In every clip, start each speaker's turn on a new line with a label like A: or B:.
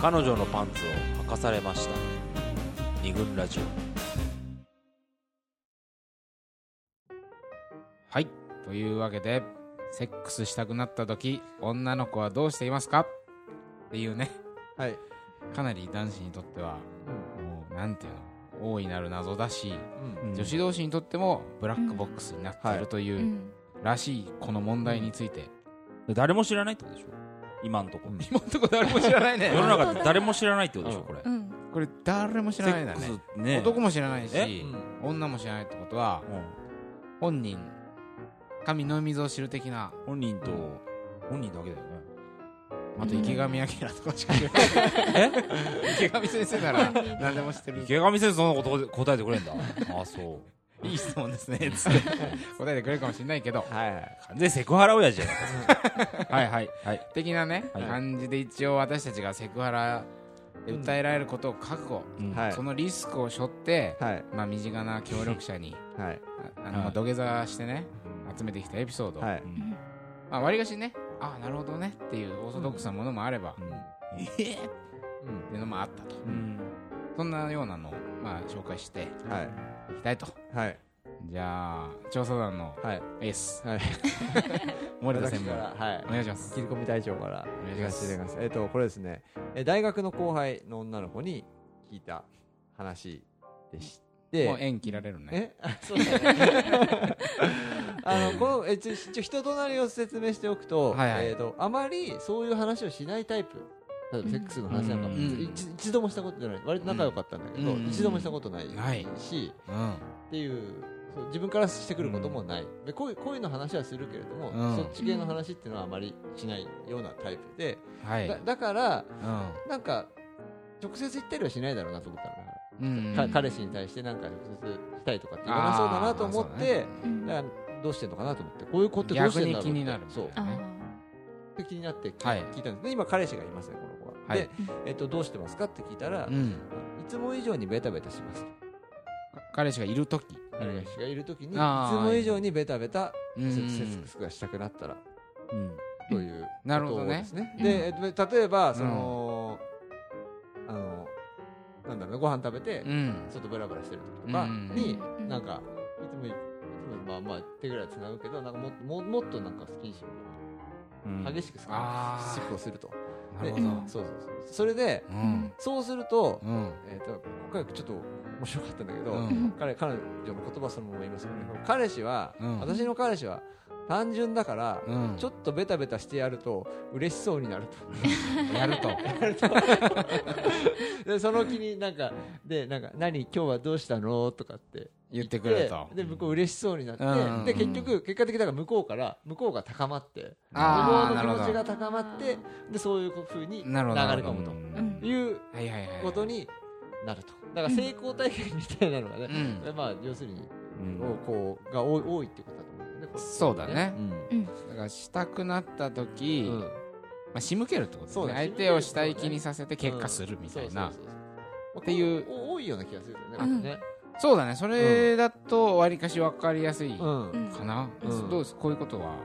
A: 彼女のパンツを履かされました二軍ラジオ
B: はい。というわけで、セックスしたくなった時、女の子はどうしていますかっていうね、
C: はい。
B: かなり男子にとっては、もう、なんていうの、大いなる謎だし、
C: うん。
B: 女子同士にとってもブラックボックスになって
C: はい
B: るといううんらしいこの問題について、
A: 誰も知らないってことでしょ今んとこ、
B: 今んとこ誰も知らないね
A: 世の中
D: 本当
A: で
D: だ
A: 誰も知らないってことでしょこれ、
D: うん
B: これ誰も知らないだ
A: セ
B: ね
A: ックスね
B: 男も知らない
A: え
B: し、女も知らないってことは
A: うん
B: 本人神のみぞ知る的な
A: 本人と、本人だけだよね
B: あと
D: うん
B: 池上彰とかしか知らない池上先生なら何でも知ってる
A: 池上先生そんなこと答えてくれんだ ああそう
B: いい質問ですねつって答えてくれるかもしれないけど
C: はいはい。
A: 完全にセクハラ親父じゃないですかはいはいはい
B: 的なね
A: はい
B: 感じで一応私たちがセクハラで訴えられることを覚悟
A: うん
C: はい
B: そのリスクを背負って
C: はい。
B: まあ身近な協力者に
C: はい。
B: ああの、
A: はい
B: 土下座してね集めてきたエピソード、
C: はい。
A: うん
B: まあ、割りかしねああなるほどねっていうオーソドックスなものもあれば、
A: うん
C: うん。
B: っていうのもあったと
A: うん
B: そんなようなのを、まあ、紹介してい
C: はい。
B: きたいと
C: はい。
B: じゃあ調査団の
C: はい。
B: エース
C: はい。
B: 森田専務
C: 私からはい
B: お。願いします
C: 切り込み隊長から
B: お願いしま
C: 行かせ
B: す
C: ていただきます。えっと、これですね、え大学の後輩の女の子に聞いた話でして、
B: もう縁切られるね
C: えあそうだねあのこのえちょ一応人となりを説明しておくと,、
B: はいはい
C: えー、とあまりそういう話をしないタイプ例えばセックスの話なんかも、
B: うん
C: 一一度もしたことない割と仲良かったんだけど、
B: うん
C: 一度もしたことない
B: ない
C: し、
B: うん
C: っていうそう自分からしてくることもない、で恋恋の話はするけれども、
B: うん
C: そっち系の話っていうのはあまりしないようなタイプで、
B: はい
C: だだから
B: うん
C: なんか直接言ったりはしないだろうなと思ったの
B: う
C: ね
B: ん
C: か彼氏に対してなんか直接したいとかって言わなそうだなと思って、
B: あ
D: うん
C: だからどうしてんのかなと思ってこういう子ってどうしてんだろうっ
B: 逆
C: て
B: に気になる
C: そう
D: あ
B: ね
C: で気になって聞,、
B: はい
C: 聞いたんですで今彼氏がいますねこの子は、
B: はい
C: で、えっと、どうしてますかって聞いたら、
B: ーう
C: い
B: ん
C: つも以上にベタベタします
B: 彼氏がいる時
C: 彼氏がいる時にいつ
B: あー
C: も以上にベタベタ
B: う
C: セ
B: ん
C: ックスがしたくなったら
A: うん
C: という
B: なるほど
C: こと
B: ね
C: ですね
B: うん
C: で、えっと例えばその、あのなんだろうなご飯食べて、
B: うん
C: ちょっとブラブラしてる時とかに、
D: うん
C: なんかいつもいいつもまあまあ手ぐらいつなぐけどなんかもっとももっとなんかスキンシッ
A: うん
C: プ激しくスキン
B: あー
C: シップをすると
B: なるほど
C: そうそうそうそれで
B: うん
C: そうすると,、
B: うん
C: えー、と今回ちょっと面白かったんだけど、
B: うん
C: 彼彼女の言葉そのまま言いますけど、ね、彼氏は、
B: うん
C: 私の彼氏は単純だから、
B: うん
C: ちょっとベタベタしてやると嬉しそうになる
B: やると
C: とでその気になんかでなんか何今日はどうしたのとかって
B: 言ってくれると
C: でで向こう嬉しそうになって、
B: うんうんうん
C: で結局結果的にだから向こうから向こうが高まって向こ
B: あ
C: う
B: あなる
C: の気
B: ほ
C: 持ちが
B: ど
C: 高まってでそういうふうに流れ
B: なるほどなる
C: 込
B: ほ
C: む
B: ど
C: と
D: うん
C: いう
B: はいはいはい
C: ことになるとだから成功体験みたいなのがね
B: う、ん
C: まあ要するに
A: うん
C: をこうが多い多いってことだと思うんだよねこれ
B: そうだね
C: うん
B: だからしたくなった時、
C: うん
B: まあ、仕向けるってことです
C: そう
B: ね
C: だ
B: 相手を死体気にさせて結果するみたいな、
C: そうそうそうそう
B: っていう
C: お多いような気がするよねこれね
B: そうだねそれだとわりかし分かりやすいか
C: うん
D: うん
B: な、
C: うん
B: どうですこういうことは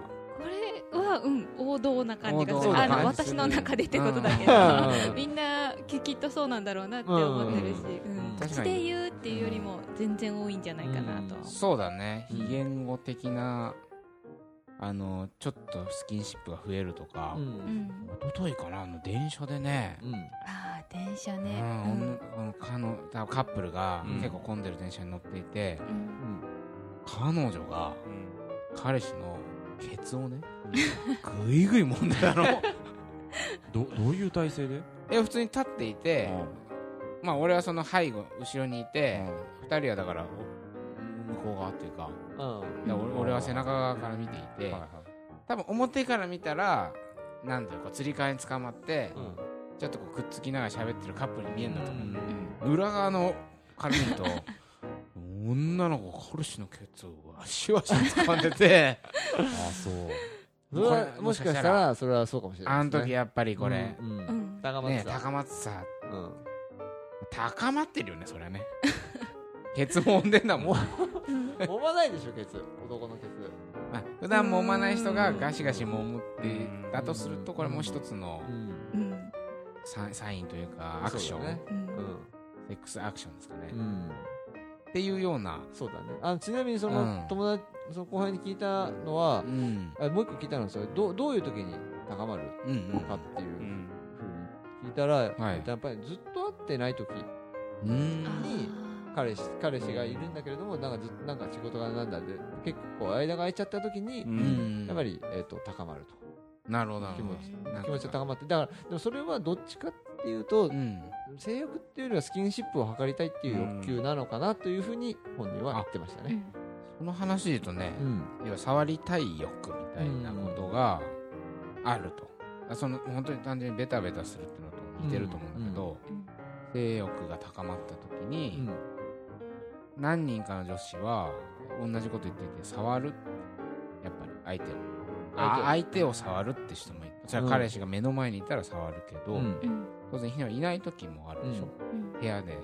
D: これはうん王道な感じ
B: 王
D: がす
B: 道
D: る
B: な
D: あの
B: 感じす
D: 私
B: る
D: の中でってことだけ
C: うん
D: どみんなききっとそうなんだろうなって思ってるし
C: うん
D: うん
B: 確か
D: 口
B: に
D: で言うっていうよりも全然多いんじゃないかなと
B: そうだね
C: うん
B: 非言語的なあのちょっとスキンシップが増えるとか、
C: う
D: うんん
B: 一昨日かなあの電車でね、
C: うん
D: あー電車
B: うん
D: ね
B: 女のかの多分カップルが
A: うん
B: 結構混んでる電車に乗っていて、
D: うんうん
B: 彼女が彼氏のケツをねぐいぐい揉んでたの
A: どどういう体勢で
B: え普通に立っていて、まあ俺はその背後後ろにいて二、人はだからお向こう側っていうか
C: うん
B: で俺俺は背中側から見ていて、多分表から見たらなんだよこうつり革に捕まって、
C: うん
B: ちょっとこうくっつきながら喋ってるカップルに見えるんだと思う
A: うん、
B: 裏側のから見る と女の子彼氏のケツをわしわし掴んで て
A: あそう
C: それは
B: これ
C: もしかしたらそれはそうかもしれな
B: あ
C: い
B: の
C: です
B: 時
C: ね
B: やっぱりこれ、
C: うんう
D: うんん
C: 高松
B: ね
C: さん
B: 高松さ
C: うん
B: 高まってるよねそれはね ケツ揉んでんだもん
C: 揉まないでしょケツ男のケツ
B: まあ、普段揉まない人がガシガシ揉むってだとするとこれも一つの
C: うん
D: うん
B: ササインというかアクション、
C: そうだね
D: うん
B: セックスアクションですかね、
C: う
B: っ
C: ん、
B: ていうような、
C: そうだねあのちなみにそうの
B: ん
C: 友達、その後輩に聞いたのは
B: う、ん
C: あもう一個聞いたのはそれどうどういう時に高まる
B: うん
C: のかってい
A: う
C: うふうに
A: ん
C: 聞いたら、
B: はい
C: やっぱりずっと会ってない時
B: うんうん
D: あー
C: 彼氏彼氏がいるんだけれどもなんかずっとなんか仕事がなんだで結構間が空いちゃった時に、
A: うん
C: やっぱり、えー、と高まると
B: なるほどなる
C: 気
B: ほ
C: 持
B: ど
C: ち
B: なんか
C: 気持ちが高まってだからでもそれはどっちかっていうと、
B: うん
C: 性欲っていうよりはスキンシップを図りたいっていう欲求なのかなというふうに本人は言ってました
D: う
C: ね。
D: ん
B: この話で言うとね、
C: うん
B: 要は触りたい欲みたいなことがあると、その本当に単純にベタベタするっていうのと似てると思うんだけど、
D: うん
B: 性欲が高まった時
C: う
B: に、
C: ん
B: 何人かの女子は同じこと言ってて触るやっぱり相手を
C: 相手
B: あ
C: を
B: 相手を触るって人もいるそれは彼氏が目の前にいたら触るけど、
C: うん
D: うん
B: 当然ひなはいない時もあるでしょ、
D: うん
B: 部屋で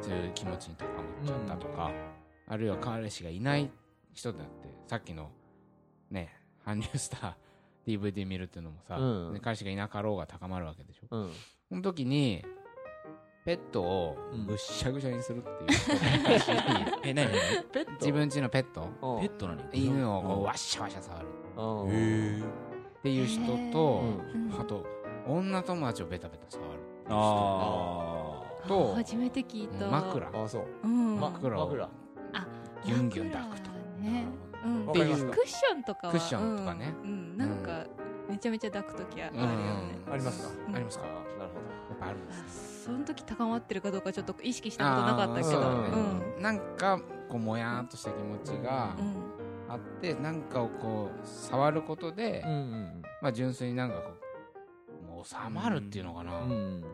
B: そういう気持ちに高まっちゃったとか、あるいは彼氏がいない人だってさっきのね韓流スター DVD 見るっていうのもさ、
C: うん
B: ね彼氏がいなかろうが高まるわけでしょ
C: うん
B: その時にペットを
C: うん
B: ぐっしゃぐしゃにするっ ていう人がいるし、
A: え、なになに
C: ペット
B: 自分家のペット
A: ペットなの
B: 犬をこ
A: う
B: うんワッシャワッシャ触る
C: うん
A: へえ
B: っていう人
C: う
B: と、
C: ん
D: うん
B: あと女友達をベタベタ触る
A: ああ
B: と
D: あ初めて聞いた
B: 枕
C: あそう
D: うん
B: ま枕を
C: 枕
B: ギュンギュン抱くと
D: 枕ねう
C: わ
D: ん
C: かります
D: ク
C: か
D: ッションとかは
B: クッションとかね
D: うんうんなんかめちゃめちゃ抱くときはあるよね
B: うん
C: ありますか
D: うん
B: ありますかや
C: なるほど
B: っぱあるんです
D: その時高まってるかどうかちょっと意識したことなかったけど
B: あ
D: う
B: ー
D: ん
B: そうだねなんかこうもやーっとした気持ちが
D: うん
B: あって、なんかをこう触ることで、
C: うんうん
B: まあ純粋になんかこうもう収まるっていうのかな、
C: うんうん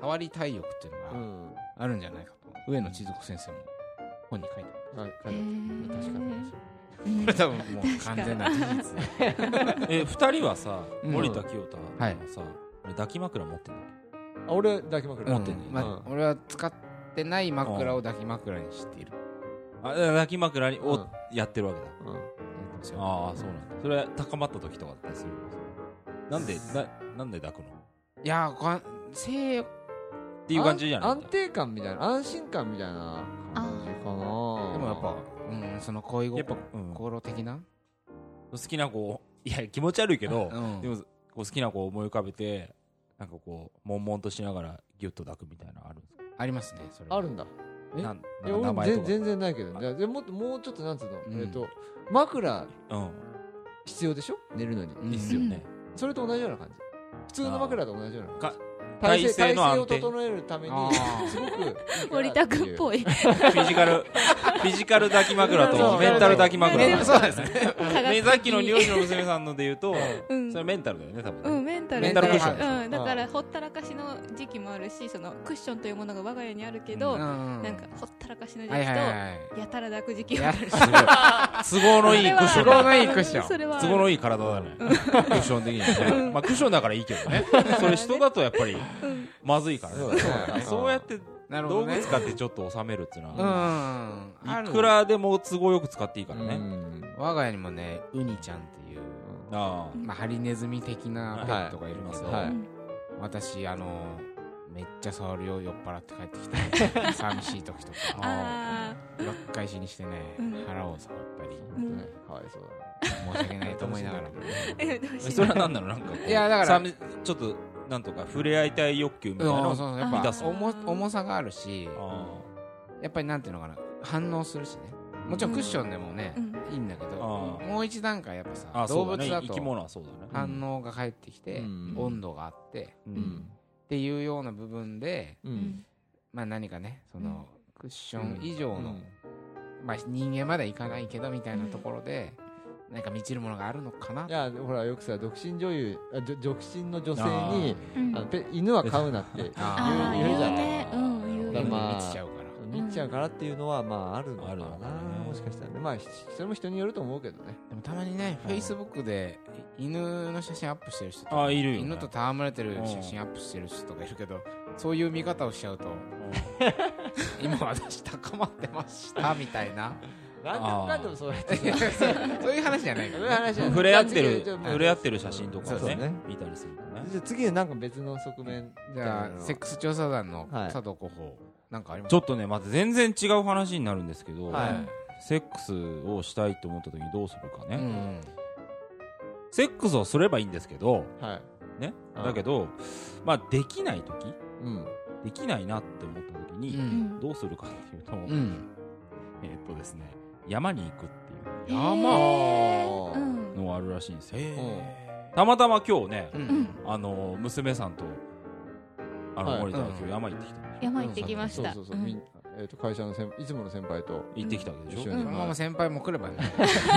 B: 触りたい欲っていうの
C: う
B: が
C: ん
B: あるんじゃないかと、上野千鶴子先生も本に書いてある
C: はいは
D: へ
C: い
D: ー
B: 確かに
D: うん
B: これ多分もう完全な事実
A: え二人はさ
B: うん
A: 森田清太
B: は
A: はいさあれ抱き枕持ってんだっ
C: あ俺抱き枕
A: 持ってんね
B: うんまあ、俺は使ってない枕を抱き枕にしている、
A: けあ抱き枕に
C: う
A: を
C: ん
A: やってるわけだ
C: うん
A: ああそうなんだそれは高まった時とかだったりするのなんでななんで抱くの
B: いやーこん性欲
A: っていう感じじゃない
C: あん安定感みたいな安心感みたいな感じかな
B: でもやっぱ、うん、その恋
A: やっぱ
B: 心、
A: うん好
B: 心的な、
A: きな子をいや気持ち悪いけど
B: うん
A: でもこう好きな子を思い浮かべてなんかこう悶々としながらギュッと抱くみたいなのあるんですか
B: ありますねそれは
C: あるんだえ
A: なん
C: いや
A: なんか名
C: 俺
A: 前と
C: 全
A: か
C: 全然ないけどじゃあでもっともうちょっとなんつうの
B: うん
C: えっと枕
A: うん
C: 必要でしょ寝るのに
B: うん
A: いいっすよね
C: それと同じような感じ普通の枕と同じような感じ
A: か
C: 体勢
A: 体勢の
C: 体勢を
A: 安定
C: 整えるために
B: あー
C: すごくいいかなていう
D: 森田君っぽい
A: フィジカル、フィジカル抱き枕とメンタル抱き
D: で
A: 枕
D: も
A: と。
D: そう
B: ですね
A: ね、さっきの漁師の娘さんので言うと、
D: うん
A: それメンタルだよね、多分
D: う
A: ね。
D: ん、メンタル
B: メンタル
D: だ
B: クッション
A: でしょ
D: うん、だからほったらかしの時期もあるしそのクッションというものが我が家にあるけど、
A: う
D: なんかほったらかしの時期と、
B: はいはいはい
D: やたら抱く時期
B: い
D: もあ
B: や
D: る
A: すごい都合のいいクッション
B: 都合
A: だ。
B: のいいクッション
D: うんそれは
A: 都合の
D: い
A: い
D: い
A: い体だね。クッション的にはね。まあクッションだからいいけどね。それ人だとやっぱり、まずいから
C: そうだ
A: ね。
C: ね
A: そうやって
B: なるほ
A: 道
B: ど
A: 具
B: ね
A: 使ってちょっと収めるっていう
B: う
A: のは、
B: んある
A: いくらでも都合よく使っていいから
C: う
A: ね。
C: ん
B: 我が家にもねウニちゃんっていう、
A: あ
D: うん
B: まあ、ハリネズミ的なペットがいるけど、
A: はい
C: はい
B: 私あのめっちゃ触るよ酔っ払って帰ってき た寂しい時とか
D: あ
B: 裏っ返しにしてね、
D: うん
B: 腹を触ったり
D: うん
C: ねかわいそうだ
B: 申
C: ね
B: し訳ないと思いながらも
D: ー え
A: あ。
D: どうしよう
A: それは何なのなんかこう。
B: いやだから
A: さみちょっと、なんとか触れ合いたい欲求みたいな
B: う
A: の
B: んそうそうやっぱ
A: あー
B: 重重さがあるし
A: あ
B: やっぱりなんていうのかな反応するしねもちろんクッションでもね、
D: うん
B: いいんだけど
A: あー
B: もう一段階やっぱさ
A: ーあ、
B: 動
A: そう
B: 物
A: だね
B: だ。
A: 生き
B: と
A: 物はそうだね。
B: 反応が返ってきて、
C: うん
B: 温度があって
A: う
C: うんん
B: っていうような部分で、
C: う
D: うんん
B: まあ、何かねその、クッション以
C: う
B: 上の、
C: ん
B: まあ、人間まではいかないけどみたいなところで、なんか満ちるものがあるのかない
C: やほらよくさ独身女優あじょ独身の女性に
D: うん
C: あのペ犬は飼うな って
D: あー
C: 言う言うじゃん
D: ねうん言う
B: だ
C: だから
B: まあ
C: まあ
B: 満ちちゃうから、
C: 見ちゃうからっていうのはまああるのか
A: ある
C: な
A: のかね
C: もしかしたらねまあひそれも人によると思うけどね
B: でもたまにね
A: う
B: フ
A: ん
B: ェイスブックでい犬の写真アップしてる人とか
A: あいるよね
B: 犬と戯れてる写真アップしてる人とかいるけどそういう見方をしちゃうと 今私高まってまし たみたいな
C: なんでもかんでもそうやって
B: いやそうそういう話じゃないか
C: そう
B: ら
C: いう
B: ね
C: 話じゃない
A: 触れ合ってる
C: じゃあじゃあ
A: 触れ合ってる写真とか
C: そう
A: ね
C: ね
A: 見たりするとね
C: じゃあ次はなんか別の側面
B: じゃあセックス調査団の
C: はい
B: 佐藤候補なんかあります
A: ちょっとねまた全然違う話になるんですけど、
C: はい
A: セックスをしたいと思った時にどうするかね、
B: うんうん
A: セックスをすればいいんですけど
C: はい
A: ね
C: うん
A: だけどまあできない時
C: うん
A: できないなって思った時
B: う
A: に、
B: ん
A: どうするかっていうと、
B: うん
A: えーっとですね山に行くっていう
D: えーう
A: の
D: ん
A: があるらしいんですよ
C: へ
A: たまたま今日ね、
B: う
D: うん
B: ん
A: あの娘さんとあの、
C: はい
A: 森田が
B: うん
A: 今日山行ってきたんでしょ
D: 山行ってきまし
C: そう
D: た
C: そうそう、みんえー、と会社の先いつもの先輩と
A: 行ってきたわけでしょ、
C: 一緒に
B: このまま先輩も来ればね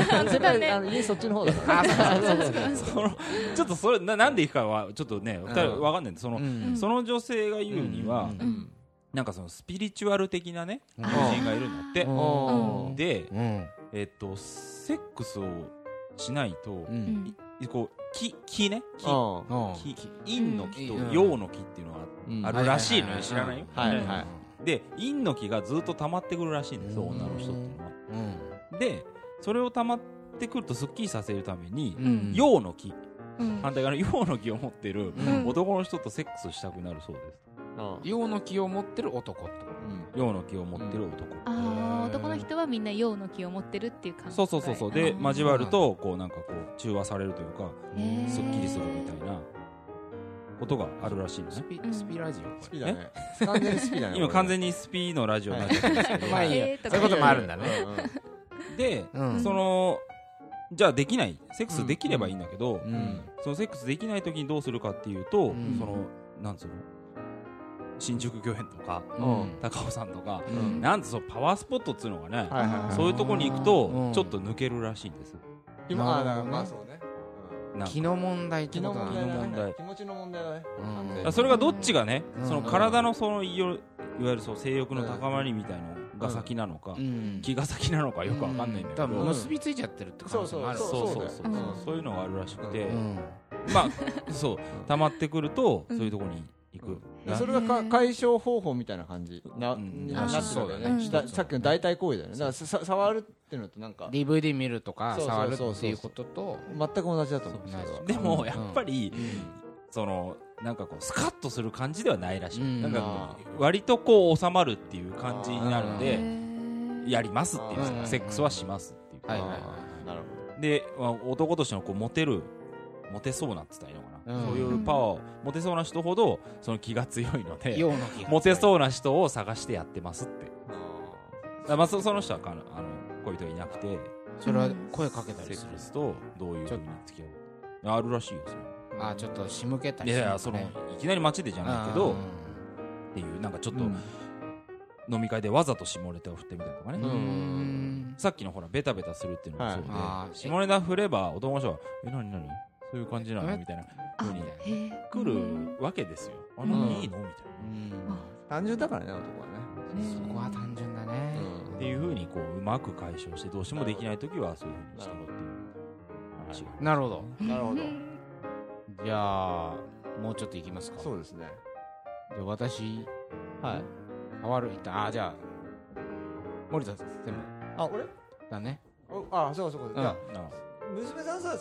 D: 本当だ
C: あ
D: ね
C: の家そっちの方だから
B: あそうそう
A: そのちょっとそれななんで行くかはちょっとね二人
C: うん
A: 分かんないんでその、
B: うん
A: その女性が言うには、
B: うん
D: うん
A: なんかそのスピリチュアル的なね
B: うん
A: 友人がいるんだって
B: うん
C: おー
A: で、
B: うん
A: えっとセックスをしないと、
B: う
D: うんん
A: いこう木木ね木
C: うん
B: うん
A: 木陰の木と
B: うん
A: 陽の木っていうのが
C: うん
A: あるらしいのよ知らないよ
C: はい
B: うん
C: はい
A: で陰の木がずっと溜まってくるらしいんですよ
B: うん
A: 女の人っていうのは
B: うん
A: でそれを溜まってくるとすっきりさせるために
B: うん
A: 陽、の木
D: うん
A: 反対側の陽の木を持ってる
B: うん
A: 男の人とセックスしたくなるそうです
C: うん
B: 陽の気を持ってる男ってこ
C: うん
A: 陽の木を持ってる男、
D: ああ男の人はみんな陽の気を持ってるっていう感じ
A: そうそうそうそう
D: はい
A: で
D: あー
A: 交わるとこうなんかこう中和されるというか
B: と
D: へー
A: すっきりするみたいなことがあるらしいんです
B: ス
A: ね
B: ピ
D: うん
B: スピラジオ
C: 好きだね 完全に好きだね
A: 今完全
C: に
A: にスピのラジオになっちゃってるんですけど、
B: まあいいや
D: えーと
B: そういうこともあるんだね
A: で、
B: うん
A: そのじゃあできないセックスできればいいんだけど、
B: うん
A: そのセックスできない時にどうするかっていうと、
B: うん
A: そのなんつうの新宿御苑とか、
C: うん
A: 高尾山とか、
B: うん
A: なんつうのパワースポットっつうのがね、
C: はいはいはい
A: そういうとこに行く
B: う
A: と
B: ん
A: ちょっと抜けるらしいんです、
C: 今あだ
B: な
C: か
B: るほどね
C: らまあそうね
A: なんか
B: 気の問題って
C: 気の
B: ことな
C: 問
B: ん
C: 題
A: 気
B: だ
A: の問
C: だね
A: 題
C: 気持ちの問題だね
B: うん
C: 完
A: だ
C: 全
A: から
C: に
A: それがどっちがね、
B: うん
A: その体のそのいわいわゆるそう性欲の高まりみたいのが先なのか、
B: うん
A: 気が先なのかよくわかんないんだけど、
B: 多分結びついちゃってるって可
C: そ
B: 能
C: う
B: 性
C: そ
B: もあ
C: う
B: る
C: そう
A: そう
C: だ
A: そう
C: よ
A: そう
C: うん
A: そういうのがあるらしくて、
B: うん
A: まあそう溜まってくると、そういうとこに行く、
C: でそれがか解消方法みたいな感じな、
A: うん
C: になってるん
B: そうだ
C: よ
B: よ
C: ね
B: ね、
D: うん
C: ださっきの代替行為だよねだからささ触るっていうのとなんか
B: DVD 見るとか
C: そうそう
B: 触る
C: そうそう
B: っていうことと
C: 全く同じだと思う
B: そう
C: それは
A: でもやっぱり、
C: うん
A: そのなんかこうスカッとする感じではないらしい、
B: うん
A: なんか割とこう収まるっていう感じになるの
D: へ
A: で、
D: ー
A: やりますっていう、
B: うん
A: セックスはしますっていう、
B: はいはいはい
C: あーなるほど
A: で、まあ、男としてのこうモテるモテそうなって言ったらいいのかな、
B: うん
A: そういうパワーをモテそうな人ほどその気が強いので
B: 陽の気が
A: モテ
B: う
A: そうな人を探してやってますってだからまあ、そその人はかあの恋人いなくて
B: それは声かけた
A: セ
B: りす
A: ッ
B: る
A: クスとどういうふうに付き合うあるらしいよそ
B: あちょっと仕向けたり
A: れい
B: す
A: や
B: る
A: い
B: の
A: や
B: ね
A: そのいきなり街でじゃないけどっていうなんかちょっと飲み会でわざと下ネタを振ってみたりとかね、
B: うんん
A: さっきのほらベタベタするっていうのもそうで、
B: はいあー
A: 下ネタ振れば男の人は「え何何そういう感じなの?」
B: え
A: みたいな
D: あ
A: ふうに
D: へー
A: 来
D: うん
A: るわけですよ。あ
B: うん
A: いいのみたいな。
B: うん
C: 単純だからね男はね
B: そこは単純だね
C: うん
A: っていうふうにこううまく解消してどうしてもできないときはそういうふうにしろっていう話がある
B: なるほど
C: なるほど
D: うん
B: じゃあもうちょっといきますか
C: そうですね
B: で私
C: はい
B: 変わるいったあじゃあ森田先輩
C: あ俺
B: だね
C: おあそうかそうか、
B: うん
C: じゃあ
A: なるほ
C: 娘さんさ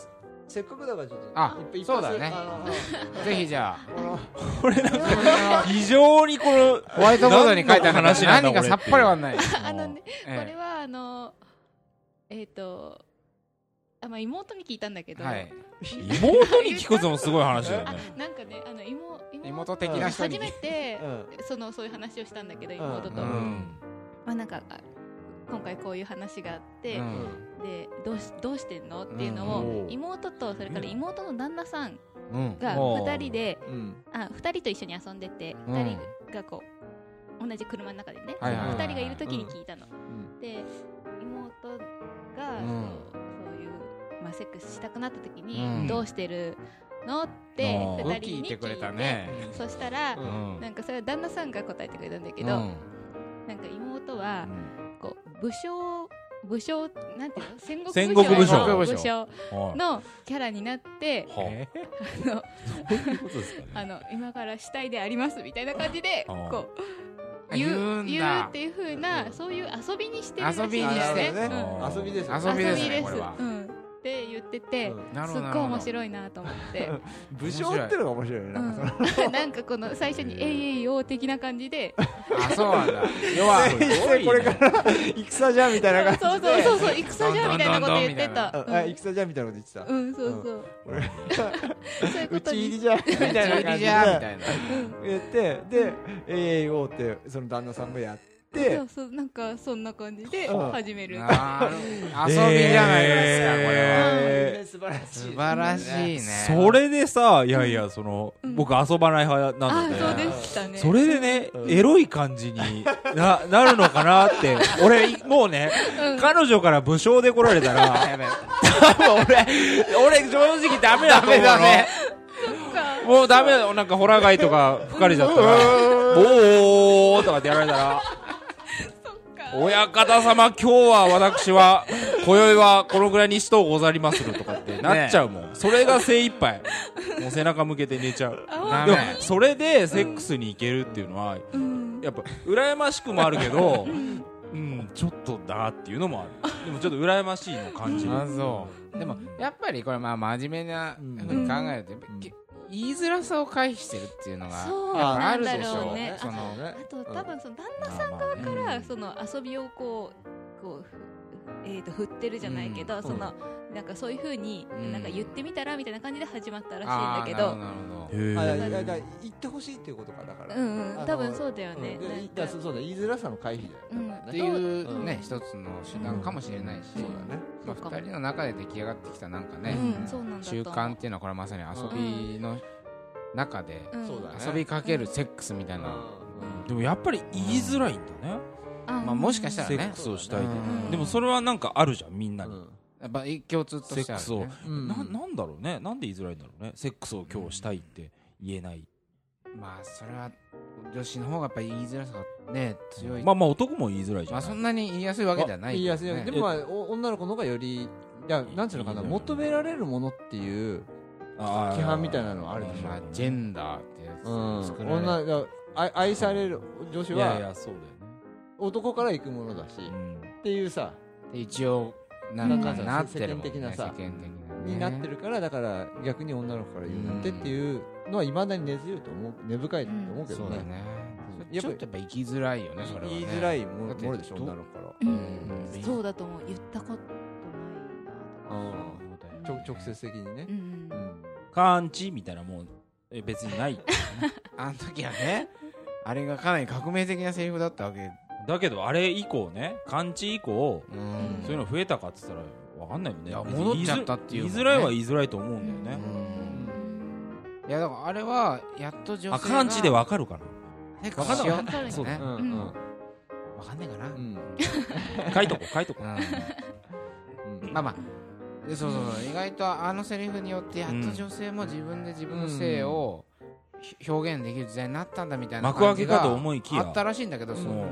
C: せっかくだからちょっと
B: あ
C: いっぱい
B: そうだねぜひじゃ あ
A: ど非常にこの
B: ホワイトボードに書いた話
A: 何の話な
B: 何
A: んだ
B: かさっぱりわかんない
D: あのね
B: ええ
D: これはあのえっとあまあ妹に聞いたんだけど
B: はい
A: 妹に聞くのもすごい話だよね。
D: なんかねあの妹
B: 妹的な人に
D: 初めて
C: うん
D: そのそういう話をしたんだけど
C: ん
D: 妹
B: う
D: と、ま
B: ん
D: あなんかあ今回こういう話があって、
B: う
C: うんん
D: でどうしどうしてんのっていうの
C: うん
D: を
C: おー
D: 妹とそれから妹の旦那さん
B: うん
D: が
A: おー
D: 2人で
C: うん
D: あ2人と一緒に遊んでて
B: うん
D: 2人がこう同じ車の中でね、
B: はいはいはい
D: 2人がいる時に聞いたの。
C: うん
D: で妹が、
B: うん
D: そうそういう、まあ、セックスしたくなった時に、
B: うん
D: どうしてるのって
A: あー
D: 2
B: 武
D: 人
B: 器言っ
D: に聞
B: て
D: いて
B: くれたね
D: そしたら、
C: う
B: うん
D: なんかそれは旦那さんが答えてくれたんだけ
B: う
D: ど、
B: ん
D: なんか妹は
A: う、ん
D: こう武将武将なんていう の戦国
A: 戦国
B: 武将戦
D: の
B: 国武将
A: はい
D: のキャラになって
A: は
B: え
D: あの
A: あ、いうことですか
D: あ
A: ね。
D: の今から死体でありますみたいな感じで
A: あー
D: こう
B: 言
D: 言
B: う
D: うん言う
B: だ
D: っていう風なそういう遊びにしてるらしい
B: 遊び
D: ん
B: に
D: だ
B: し
D: よ
B: て
C: なるほど
D: うん
C: ね遊びですよ
B: 遊びですね
D: 遊び
B: これは
D: うん、って言っってて、
B: なる
D: す
B: ほ
D: っ
B: どなる
D: ごい
B: ほど
D: 面白いなと思って、
C: 武将ってのが面白いよねなんか
D: うん、 なんかこの最初に「えいえいお」的な感じで
B: あそうなんだ要は
C: それこれから戦じゃみたいな感じ
D: そうそうそうそう戦じゃんみたいなこと言ってた
C: ああ戦じゃみたいなこと言ってた
D: うん、うん、そうそうそういうこ
C: 打
D: と
C: ち入り
D: に
C: じゃみたい
B: じゃ
C: な
B: みた
C: 感じ
B: い
C: で
B: な
C: 言ってで AAO ってその旦那さんもやって
D: そうそうなんかそんな感じで
C: うん
D: 始める
B: なる遊び じゃないですか、これは
C: え
A: 素晴ら
B: 素晴らしいね
A: それでさいやいやその、
D: うん
A: 僕遊ばない派な
D: あ
A: ので
D: そうでしたね
A: それでね、
C: うん
A: エロい感じにななるのかなって俺もうね、
D: うん
A: 彼女から武将で来られたら
B: やべ
A: 俺正直ダメだと思うの
B: ダメだね
D: そっか
A: もうダメだよなんかホラガイとか吹かれちゃったら「おー」とかってやられたら
D: そっ
A: 「
D: か
A: 親方様今日は私は今宵はこのぐらいにしとうござりまする」とかってなっちゃうもん、それが精一杯もう背中向けて寝ちゃう
D: あ
B: ダ
A: でも
B: メ
A: それでセックスに行けるっていうのは
D: うん
A: やっぱ羨ましくもあるけどうんちょっとなっていうのもあるでもちょっと羨ましいの感じる
B: あそうでもやっぱりこれまあ真面目なふうに考えるとやっぱ
C: うん
B: け言いづらさを回避してるっていうのがやっ
D: そう
B: ぱ
D: な
B: あ
D: ん
B: るで
D: だ
B: し
D: ろ
B: ょ
D: うね
B: その
D: あと多分その旦那
A: まあまあね
D: さんからその遊びをこうこうふえー、と振ってるじゃないけど、
A: うん
D: そのなんかそういう風に、
B: うん
D: なんか言ってみたらみたいな感じで始まったらしいん
B: あ
D: だ
B: ー
D: け
B: なるほ
D: ど
B: どなるほ
A: へ
B: ど
C: あだだだ
A: ー
C: 言ってほしいっていうことかだから
D: うんうん多分そううだよ
C: だ
D: ね、なん
C: ね
D: か
C: そうそうだ言いづらさの回避だよ
D: うん
C: だから
B: っ
C: ね
B: ていううんね一つの手段かもしれないし
C: そうだね
B: ま
D: そうかも
B: あ二人の中で出来上がってきたなんか
D: う
B: ね
D: ん、そうなんだと
B: 習
D: 思う
B: 慣っていうのはこれまさに遊びの中で
D: うん
C: そうだね
B: 遊びかけるセックスみたいな
A: でもやっぱり言いづらいんだね
D: あ
B: まあもしかしたら
A: セ
B: ね
A: ックスをしたいと
D: うん
A: でもそれはなんかあるじゃんみんなに、
B: やっぱ一共通としてある
A: セッ
B: ね
A: クななんだろうねなんで言いづらいんだろうねセックスを今日したいって言えない、
B: まあそれは女子の方がやっぱ言いづらさがね強い
A: ま
B: ま
A: あまあ男も言いづらいじゃん、
B: あそんなに言いやすいわけではない
C: 言い
B: けど
C: や
B: ね
C: すいよねでもまあお女の子の方がよりいやなんていうのかな求められるものっていう
A: あー
C: 規範みたいなのあるでしょ
B: まあジェンダーってや
C: う
B: つ
C: ん
B: 作られ
C: 女が愛愛される女子
A: いやい
C: は
A: やそう
C: 男から行くものだし
A: だよね、
C: っていうさ
B: で一応なんかなってるもんね
C: 世間的なさ
B: 世間的なね
C: になってるからだから逆に女の子から言うなんてっていうのはいまだに根強いと思う根深いと思うけ
B: そ
C: ど
B: うだ
C: ね
B: ね
C: うん
B: ちょっとやっぱ行きづらいよねそれはね
C: 言いづらい
B: だ
C: も
B: って
C: のでしょ
B: ど
C: 女の子から
D: うん
B: うん
D: うんそうだと思う言ったことないなとか
C: うんちょ直接的にねう
D: う、ん
C: ん
A: うん、カンチみたいなもんえ別にない
B: あの時はねあれがかなり革命的なセリフだったわけ
A: だけどあれ以降ねカンチ以降
B: うん
A: そういうの増えたかっつったらわかんないもんね
B: いや
A: 別に
B: 戻っちゃったっていうもんね
A: 言いづらいは言いづらいと思うんだよね、
B: いやだからあれはやっと女性が
A: あカンチでわかるか
B: セックスしよう
D: わかる
A: そうだ
B: ね
C: うんうんうん
B: わかんないかな
C: うんうん
A: な書いとこう書いとこう
C: うん
B: まあまあでそうそうそう意外とあのセリフによってやっと女性も自分で自分の性をひ表現できる時代になったんだみたいな
A: 幕開
B: 感
A: け
B: じ
A: か
B: が
A: と思いき
B: あ
A: や
B: ったらしいんだけどその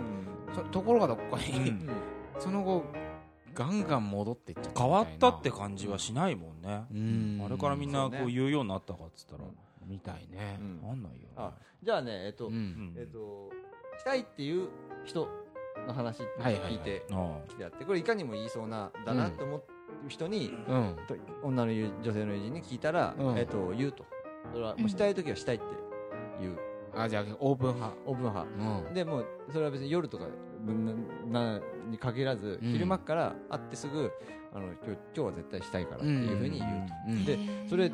B: そところがどっか
A: う
B: に
A: ん
B: その後ガンガン戻っていっちゃ った
A: 変
B: みい
A: わ
B: な
A: ったって感じはしないもんね、
B: うん
A: あれからみんなこう言うようになったかっつったら、
B: みたいね
C: うん
A: なんないよ、ね
C: あじゃあねえっと、
B: うん
C: えっとしたいっていう人の話って
B: はいはいはい
C: 聞いて
A: ああ
C: きてあってこれいかにも言いそうなだなって思う人に、
B: うん
C: と女の友女性の友人に聞いたら、
B: うん
C: えっと言うとそれは
D: う
C: も
D: ん
C: うしたい時はしたいって言う、
B: あじゃあオープン派
C: オープン派
B: うん
C: でもうそれは別に夜とかななに限らず、
B: うん
C: 昼間から会ってすぐあの今日今日は絶対したいからっていうふうに言うと、
B: うん
C: で
D: へー
C: それ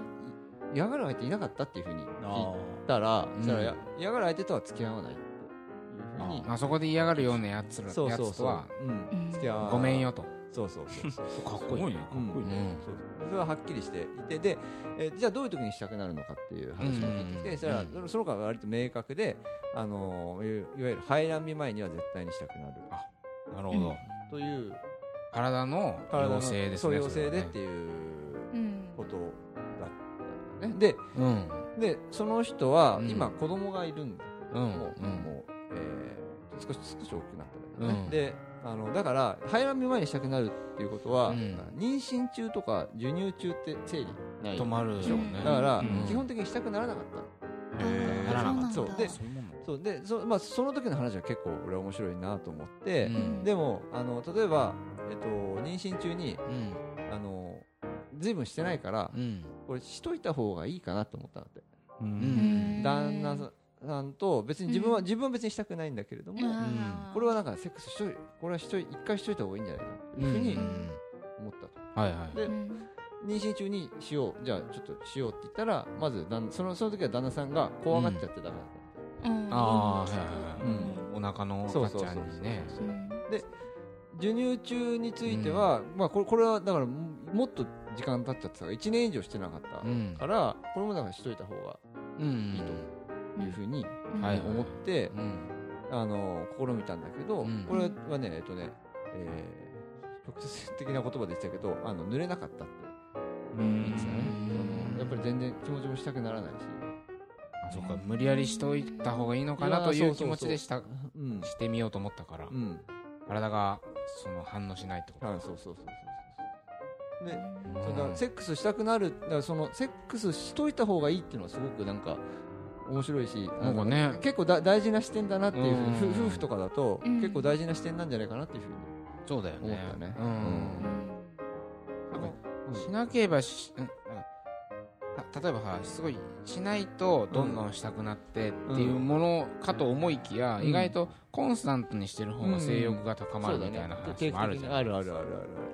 C: 嫌がる相手いなかったっていうふうに聞い
A: あ
C: たら、
B: うん
C: そしたらや嫌がる相手とは付き合わないっていうふうに
B: あそこで嫌がるようなやつら
C: そう
B: や
C: そう
B: つと
C: そう
B: は、
C: う
D: うん
C: ん、付き合わ
B: ごめんよと
C: そうそうそうそう
B: かっ
A: すごいねかっ
C: うん
A: こいいね、
C: そうそれははっきりしていてで、えーじゃあどういう時にしたくなるのかっていう話が聞いてきて、
B: うん
C: それは
B: う
C: その子は割と明確で、あのーいいわゆる排卵日前には絶対にしたくなる
B: なるほど、
D: うん
C: という
B: 体の
C: 体の
B: 陽性ですね
C: そう陽性でっ
B: そ
C: ていう
D: うん
C: ことだったのねで
B: れはね
C: でその人は
B: うん
C: 今子供がいるんだけ
B: う
C: ど
B: ん
C: も、
B: うん
C: もう、えー少し少し大きくなったん
B: う
C: だけど
B: ん
C: ね、であのだから排卵日前にしたくなるっていうことは、
B: うん
C: 妊娠中とか授乳中って生理な
B: う
C: い
B: ん止まるでしょうね
C: だから、
B: うん
C: 基本的にしたくならなかった
D: へー
B: ならなかった
D: そうなんだ
C: で
A: そういうもんなの
C: そうでそ,、まあ、その時の話は結構俺は面白いなと思って、
B: うん
C: でもあの例えば、えっと、妊娠中に
B: うん
C: あの随分してないから、
B: うん
C: これしといた方がいいかなと思ったので、
A: う
B: うんん
C: 旦那さ
D: ん
C: んと別に自分は、
D: うん
C: 自分は別にしたくないんだけれども、
D: あー
C: これはなんかセックスしといこれはしとい一回しといた方がいいんじゃないか
B: う
C: というふうに
B: ん
C: 思ったと、
B: はいはい
C: で
D: うん
C: 妊娠中にしようじゃあちょっとしようって言ったらまず旦そのその時は旦那さんが怖がっちゃってダメだった、
D: うん
B: ああー
D: うん
B: はいはいはい、
C: う
B: お腹の
C: そうそ
B: 赤
C: う
B: ち
C: そう
B: ゃ
C: そ
B: んにね
C: う
D: うん
C: 授乳中については、まあこれこれはだからももっと時間経っちゃってたから1年以上してなかった
B: うん
C: から、これもだからしといた方が
B: うん
C: いいというふうに
D: うん
B: はい
C: 思って、
B: うん
C: あの試みたんだけど、
B: うん
C: これはねえっとね、えー直接的な言葉で言ってたけどあの濡れなかったって言って
B: う
C: たね、
B: ん
C: そのやっぱり全然気持ちもしたくならないし、
B: あそっか無理やりしといた方がいいのかなという気持ちでした
C: うん
B: してみようと思ったから
C: うん、
B: 体がその反応しないってこと
C: あそうそうそうそうそうで
B: うん
C: それからセックスしたくなるだからそのセックスしといた方がいいっていうのはすごくなんか面白いし
B: なんかね
C: 結構だ大事な視点だなっていうふうに
B: うん
C: 夫夫婦とかだと
D: うん
C: 結構大事な視点なんじゃないかなっていうふうに
B: そうだよね
C: 思ったね
B: う
D: うんん
B: なんか
C: うん
B: しなければし、うんた例えばさすごいしないとどんどんしたくなってっていうものかと思いきや、
C: うん
B: 意外とコンスタントにしてる方
C: う
B: が
C: ん
B: 性欲が高まるみたいな
C: そうだね
B: 話もあるじゃん、
C: あるあるある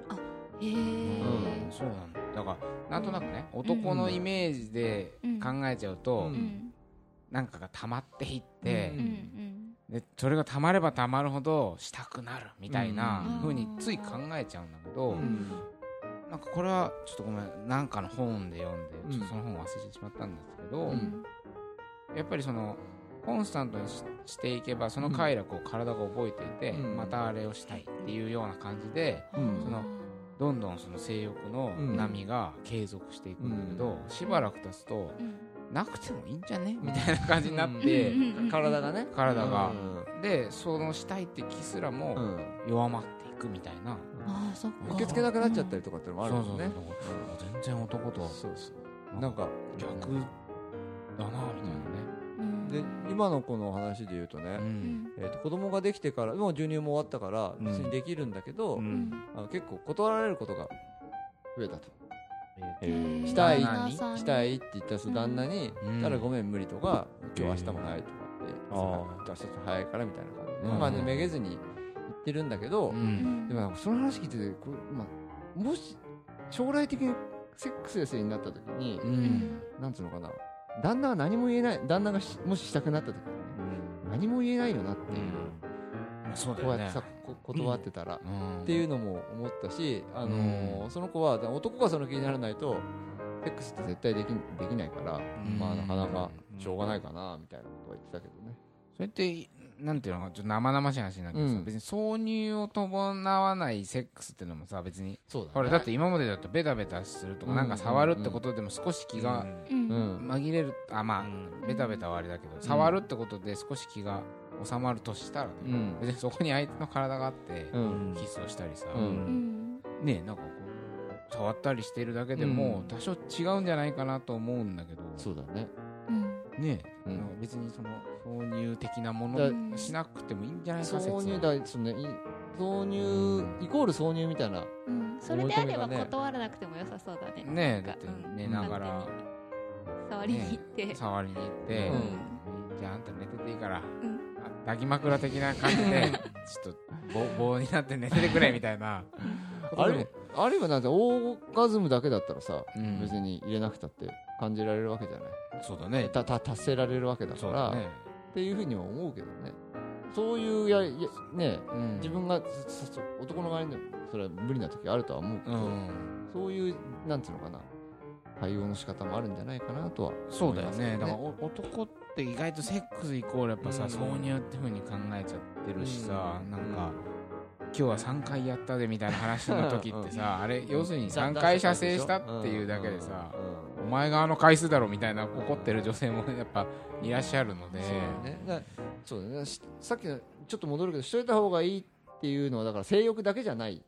C: ある
D: へえ
B: うんそうなんだだからなんとなくね男のイメージで考えちゃうと、
C: うん
D: うん
B: なんかが溜まっていって
D: う、ん
B: でそれが溜まれば溜まるほどしたくなるみたいな
D: うん
B: 風につい考えちゃうんだけど、
C: うん
B: なんかこれはちょっとごめんなんかの本で読んで
C: うん
B: ちょっとその本を忘れてしまったんですけど、
D: う
C: うんん
B: やっぱりそのコンスタントにししていけばその快楽を体が覚えていて、
C: うん
B: またあれをしたいっていうような感じで
C: うん
B: そのどんどんその性欲の波が継続していくんだけど、しばらく経つと
D: うん
B: なくてもいいんじゃねみたいな感じになって、
D: うんうんうん
C: 体がね
B: 体が
C: う、
B: でそのしたいって気すら
C: んう
B: も
C: ん
B: 弱まっていくみたいな、
D: ああそっか
C: 受け付けなくなっちゃったりとかってのもある
B: そ
C: も
B: うそ
C: ん
B: う
C: ね
B: そう全然男とは
C: そうそうなんか
B: 逆だなみたいなね、
D: うん
C: で今のこの話で言うと
B: う
C: ね、
B: ん
C: えー、と子供ができてからもう授乳も終わったから
B: うん
C: 別にできるんだけど、
B: う
D: うんん
C: あの結構断られることが増えたと
D: うん
C: したい
D: 旦那さんに
C: したいって言ったその旦那に、
B: うん
C: ただごめん無理とか今日
B: えー
C: 明日も早いとかって、
A: あー
C: 明日ちょっと早いからみたいな感じで、
B: うん
C: まあねめげずに言ってるんだけど、
B: うん
C: でもなんかその話聞いててこれ、まあ、もし将来的にセックスレスになった時に、
B: うん
C: なんつうのかな旦那は何も言えない旦那がしもししたくなった時にね何も言えないよなっていう、
B: まあそうだ
C: こ
B: よ
C: うや
B: ね
C: ってさ、こ断ってたら、
B: うん
C: っていうのも思ったし、あのー
B: うん
C: その子はだから男がその気にならないとセックスって絶対できできないから、
B: ん
C: まあなかなか
B: うん
C: しょうがないかなみたいなことは言ってたけどね。
B: それってなんていうのかちょっと生々しい話になるけどさ、
C: うん
B: 別に挿入を伴わないセックスっていうのもさ別に
C: そう
B: ほらだって今までだとベタベタするとか、
C: うん
B: なんか触るってことでも少し気が
D: うん
C: うん、
B: 紛れるあまあ、
A: うん
B: ベタベタはあれだけど、触るってことで少し気が収まるとしたらね、
C: うん、
B: 別にそこに相手の体があって、
C: うん、
B: キスをしたりさ、
C: うん
D: うん
B: ねえなんかこう触ったりしてるだけでも
C: うん
B: 多少違うんじゃないかなと思うんだけど、
C: そうだね。
D: うん
B: ねえ、
C: うん
B: なんか別にその挿入的なも
C: だ
B: のしなくてもいいんじゃないか説は
C: 挿入だそのねい挿入イコール挿入みたいな。
D: うんそれであれば断らなくても良さそうだね
B: ねえだっ
D: なん
B: て
D: かうん
B: 寝ながら、
D: 触りに行
B: ね
D: って、
B: え触りに行って、
C: うん
B: じゃああんた寝てていいから、
D: ん
B: あ抱き枕的な感じでちょっと棒棒になって寝ててくれみたいな
C: あるあるいはなんてオーガズムだけだったらさ、
B: うん
C: 別に入れなくたって感じられるわけじゃない。
B: そうだね
C: たた達成られるわけだか
B: そう
C: ら、
B: だね、
C: っていうふうには思うけどね。そういうややね
B: うん、
C: 自分がささ男の側にそれは無理な時あるとは思うけ
B: う
C: ど、
B: ん
C: そういうなんつうのかな対応の仕方もあるんじゃないかなとは
B: そうだよ
C: 思い
B: ねだ
C: ます
B: からお男って意外とセックスイコールやっぱさ、
C: うん
B: 挿入ってふうに考えちゃってるしさ、
C: うん
B: なんか今日は3回やったでみたいな話の時ってさ、あれ要するに3回射精したっていうだけでさ、
C: うん
B: お前があの回数だろみたいな怒ってる女性もやっぱいらっしゃるので、
C: ねだそうだねしさっきのちょっと戻るけどしといた方がいいっていうのはだから性欲だけじゃないって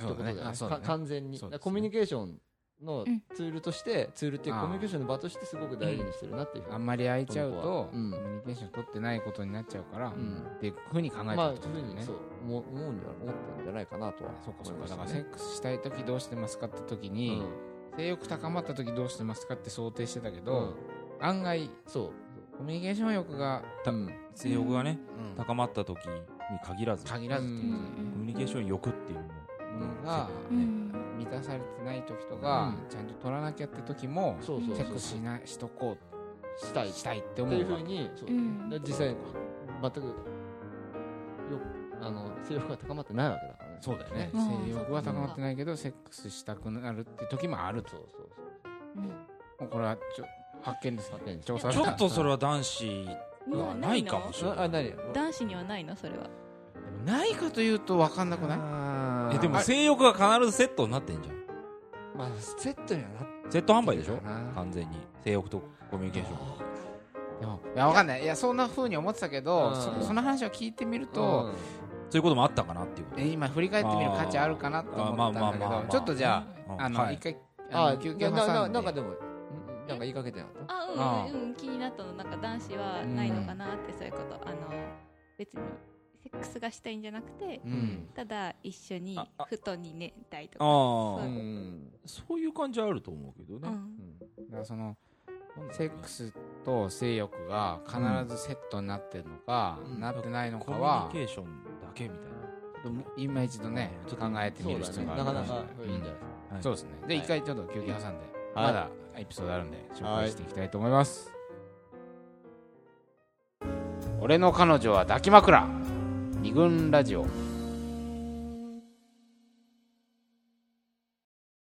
B: そ
C: こ
B: う
C: と
B: だ
C: だよ
B: ね
C: ね
B: あそうだ
C: か
B: ね
C: 完全に、
B: そうですね
C: だからコミュニケーションの
D: うん
C: ツールとして、ツールっていう
B: あ
C: か
B: あ
C: コミュニケーションの場としてすごく大事にしてるなっていうふうに
B: あんまり空いちゃう
C: この子は
B: と、
C: うん
B: コミュニケーション取ってないことになっちゃうから、
C: う
B: っ
C: ん
B: ていうふうに考えち
C: ま
B: ゃ
C: あ
B: うって
C: そ
B: こと
C: うい
B: だ
C: うふう
B: よ
C: に
B: ね
C: そう思う思うんじゃ思ったんじゃないかなとは
B: そうかそう
C: 思い
B: か
C: まし
B: だ
C: た
B: か
C: ね
B: らセックスしたい時どうしてますかって時に、
C: うん
B: セ性欲高まった時どうしてますかって想定してたけ
C: う
B: ど、案外そうコミュニケーション欲が、
C: ん
A: 性欲がね、
B: うん
A: 高まった時に限らず、コ
B: 限らずっていううん
A: ミュニケーション欲っていうのも
B: ものが、
D: うん
B: 満たされてない時とか、
C: う
B: ちゃんと取らなきゃって時も
C: そうそう
B: チ
C: そ
B: ェ
C: う
B: ックしなしとこ
C: した
B: う
C: い
B: したいって
C: っ
B: 思う
C: てい
B: わ
C: うふうにそう
D: うん
C: で実際全くよあの性欲が高まってないわけだからね
B: そうだよね
D: うん
B: 性欲は高まってないけどセックスしたくなるって時もあると
C: そうそうそう
B: もうこれはちょ発見ですね
C: 発見です
B: 調査
A: ちょっとそれは男子
D: には
A: はないか
D: の
A: もしれ
C: あ
A: な
C: あ
A: い
C: 何
D: 男子にはないのそれは
B: ないかというと分かんなくない
C: あー
A: えでも
C: あ
A: 性欲が必ずセットになってんじゃん
C: まあセットにはなっ
A: セット販売でしょ
C: そうだな
A: 完全に性欲とコミュニケーション
B: でもいや分かんないいやそんなふうに思ってたけど、
C: うん
B: そその話を聞いてみる
C: と
B: と、
A: そういうこともあったかなっていうこと
B: え今振り返ってみる価値あるかなと思ったんだけ
A: あーまあまあまあま
B: ど
A: あ
B: ちょっとじゃ
A: うん
B: ああの、
A: はい
B: 一回あ
C: あ
B: の休憩挟んで
C: なななんかでもなんか言いかけてなかった
D: あうんうん気になったのなんか男子はないのかなってそういうことあの別にセックスがしたいんじゃなくて
B: うん
D: ただ一緒に布団に寝たいとか
A: あ
D: う
A: あ
D: ん
C: ん
A: そういう感じはあると思うけど
D: う
A: ね
D: ん
B: だからそのセックスと性欲が必ずセットになってるのか、
C: うん
B: なってないの
A: コ
B: か
A: ミュ
B: は
A: ニケーションだけみたいな
B: 今一度ね
A: ちょ
B: 考
A: っと
B: えてみる必要があ
C: な
B: る
C: かな
B: もしれ
C: か
B: い
C: いいんじゃない
A: はい
B: そうですねで
C: はい
B: 一回ちょっと休憩挟んで、
C: はい
B: まだエピソードあるんで紹介していきたいと思います、俺の彼女は抱き枕二軍ラジオ